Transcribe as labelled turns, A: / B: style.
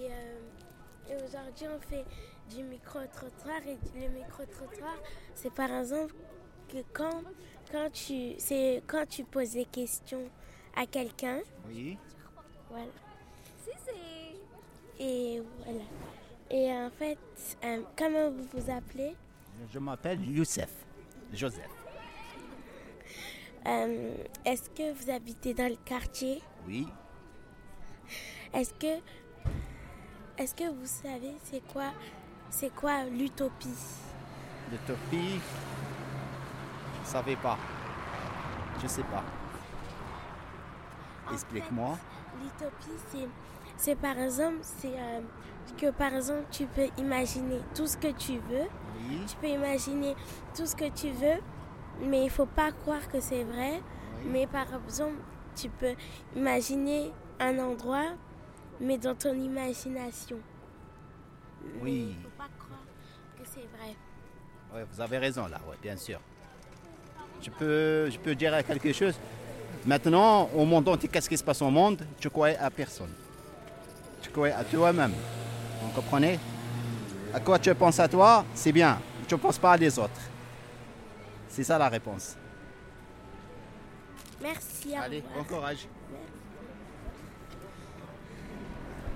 A: euh, Aujourd'hui, on fait du micro-trottoir et le micro-trottoir, c'est par exemple que quand, quand, tu, c'est quand tu poses des questions à quelqu'un.
B: Oui.
A: Voilà. Et voilà. Et en fait, euh, comment vous vous appelez
B: Je m'appelle Youssef. Joseph.
A: Euh, Est-ce que vous habitez dans le quartier
B: Oui.
A: Est-ce que, est-ce que vous savez c'est quoi, c'est quoi l'utopie
B: L'utopie. Je savais pas. Je sais pas.
A: En
B: Explique-moi.
A: fait, L'utopie, c'est, c'est par exemple, c'est euh, que par exemple tu peux imaginer tout ce que tu veux,
B: Oui.
A: tu peux imaginer tout ce que tu veux, mais il faut pas croire que c'est vrai.
B: Oui.
A: Mais par exemple, tu peux imaginer un endroit, mais dans ton imagination. Mais
B: Oui.
A: Il faut pas croire que c'est vrai.
B: Ouais, vous avez raison là, ouais, bien sûr. Je peux, je peux dire quelque chose. Maintenant, au monde entier, qu'est-ce qui se passe au monde Tu crois à personne. Tu crois à toi-même. Vous comprenez À quoi tu penses à toi, c'est bien. Tu ne penses pas à les autres. C'est ça la réponse.
A: Merci. au
B: Allez,
A: revoir.
B: bon courage.
A: Merci.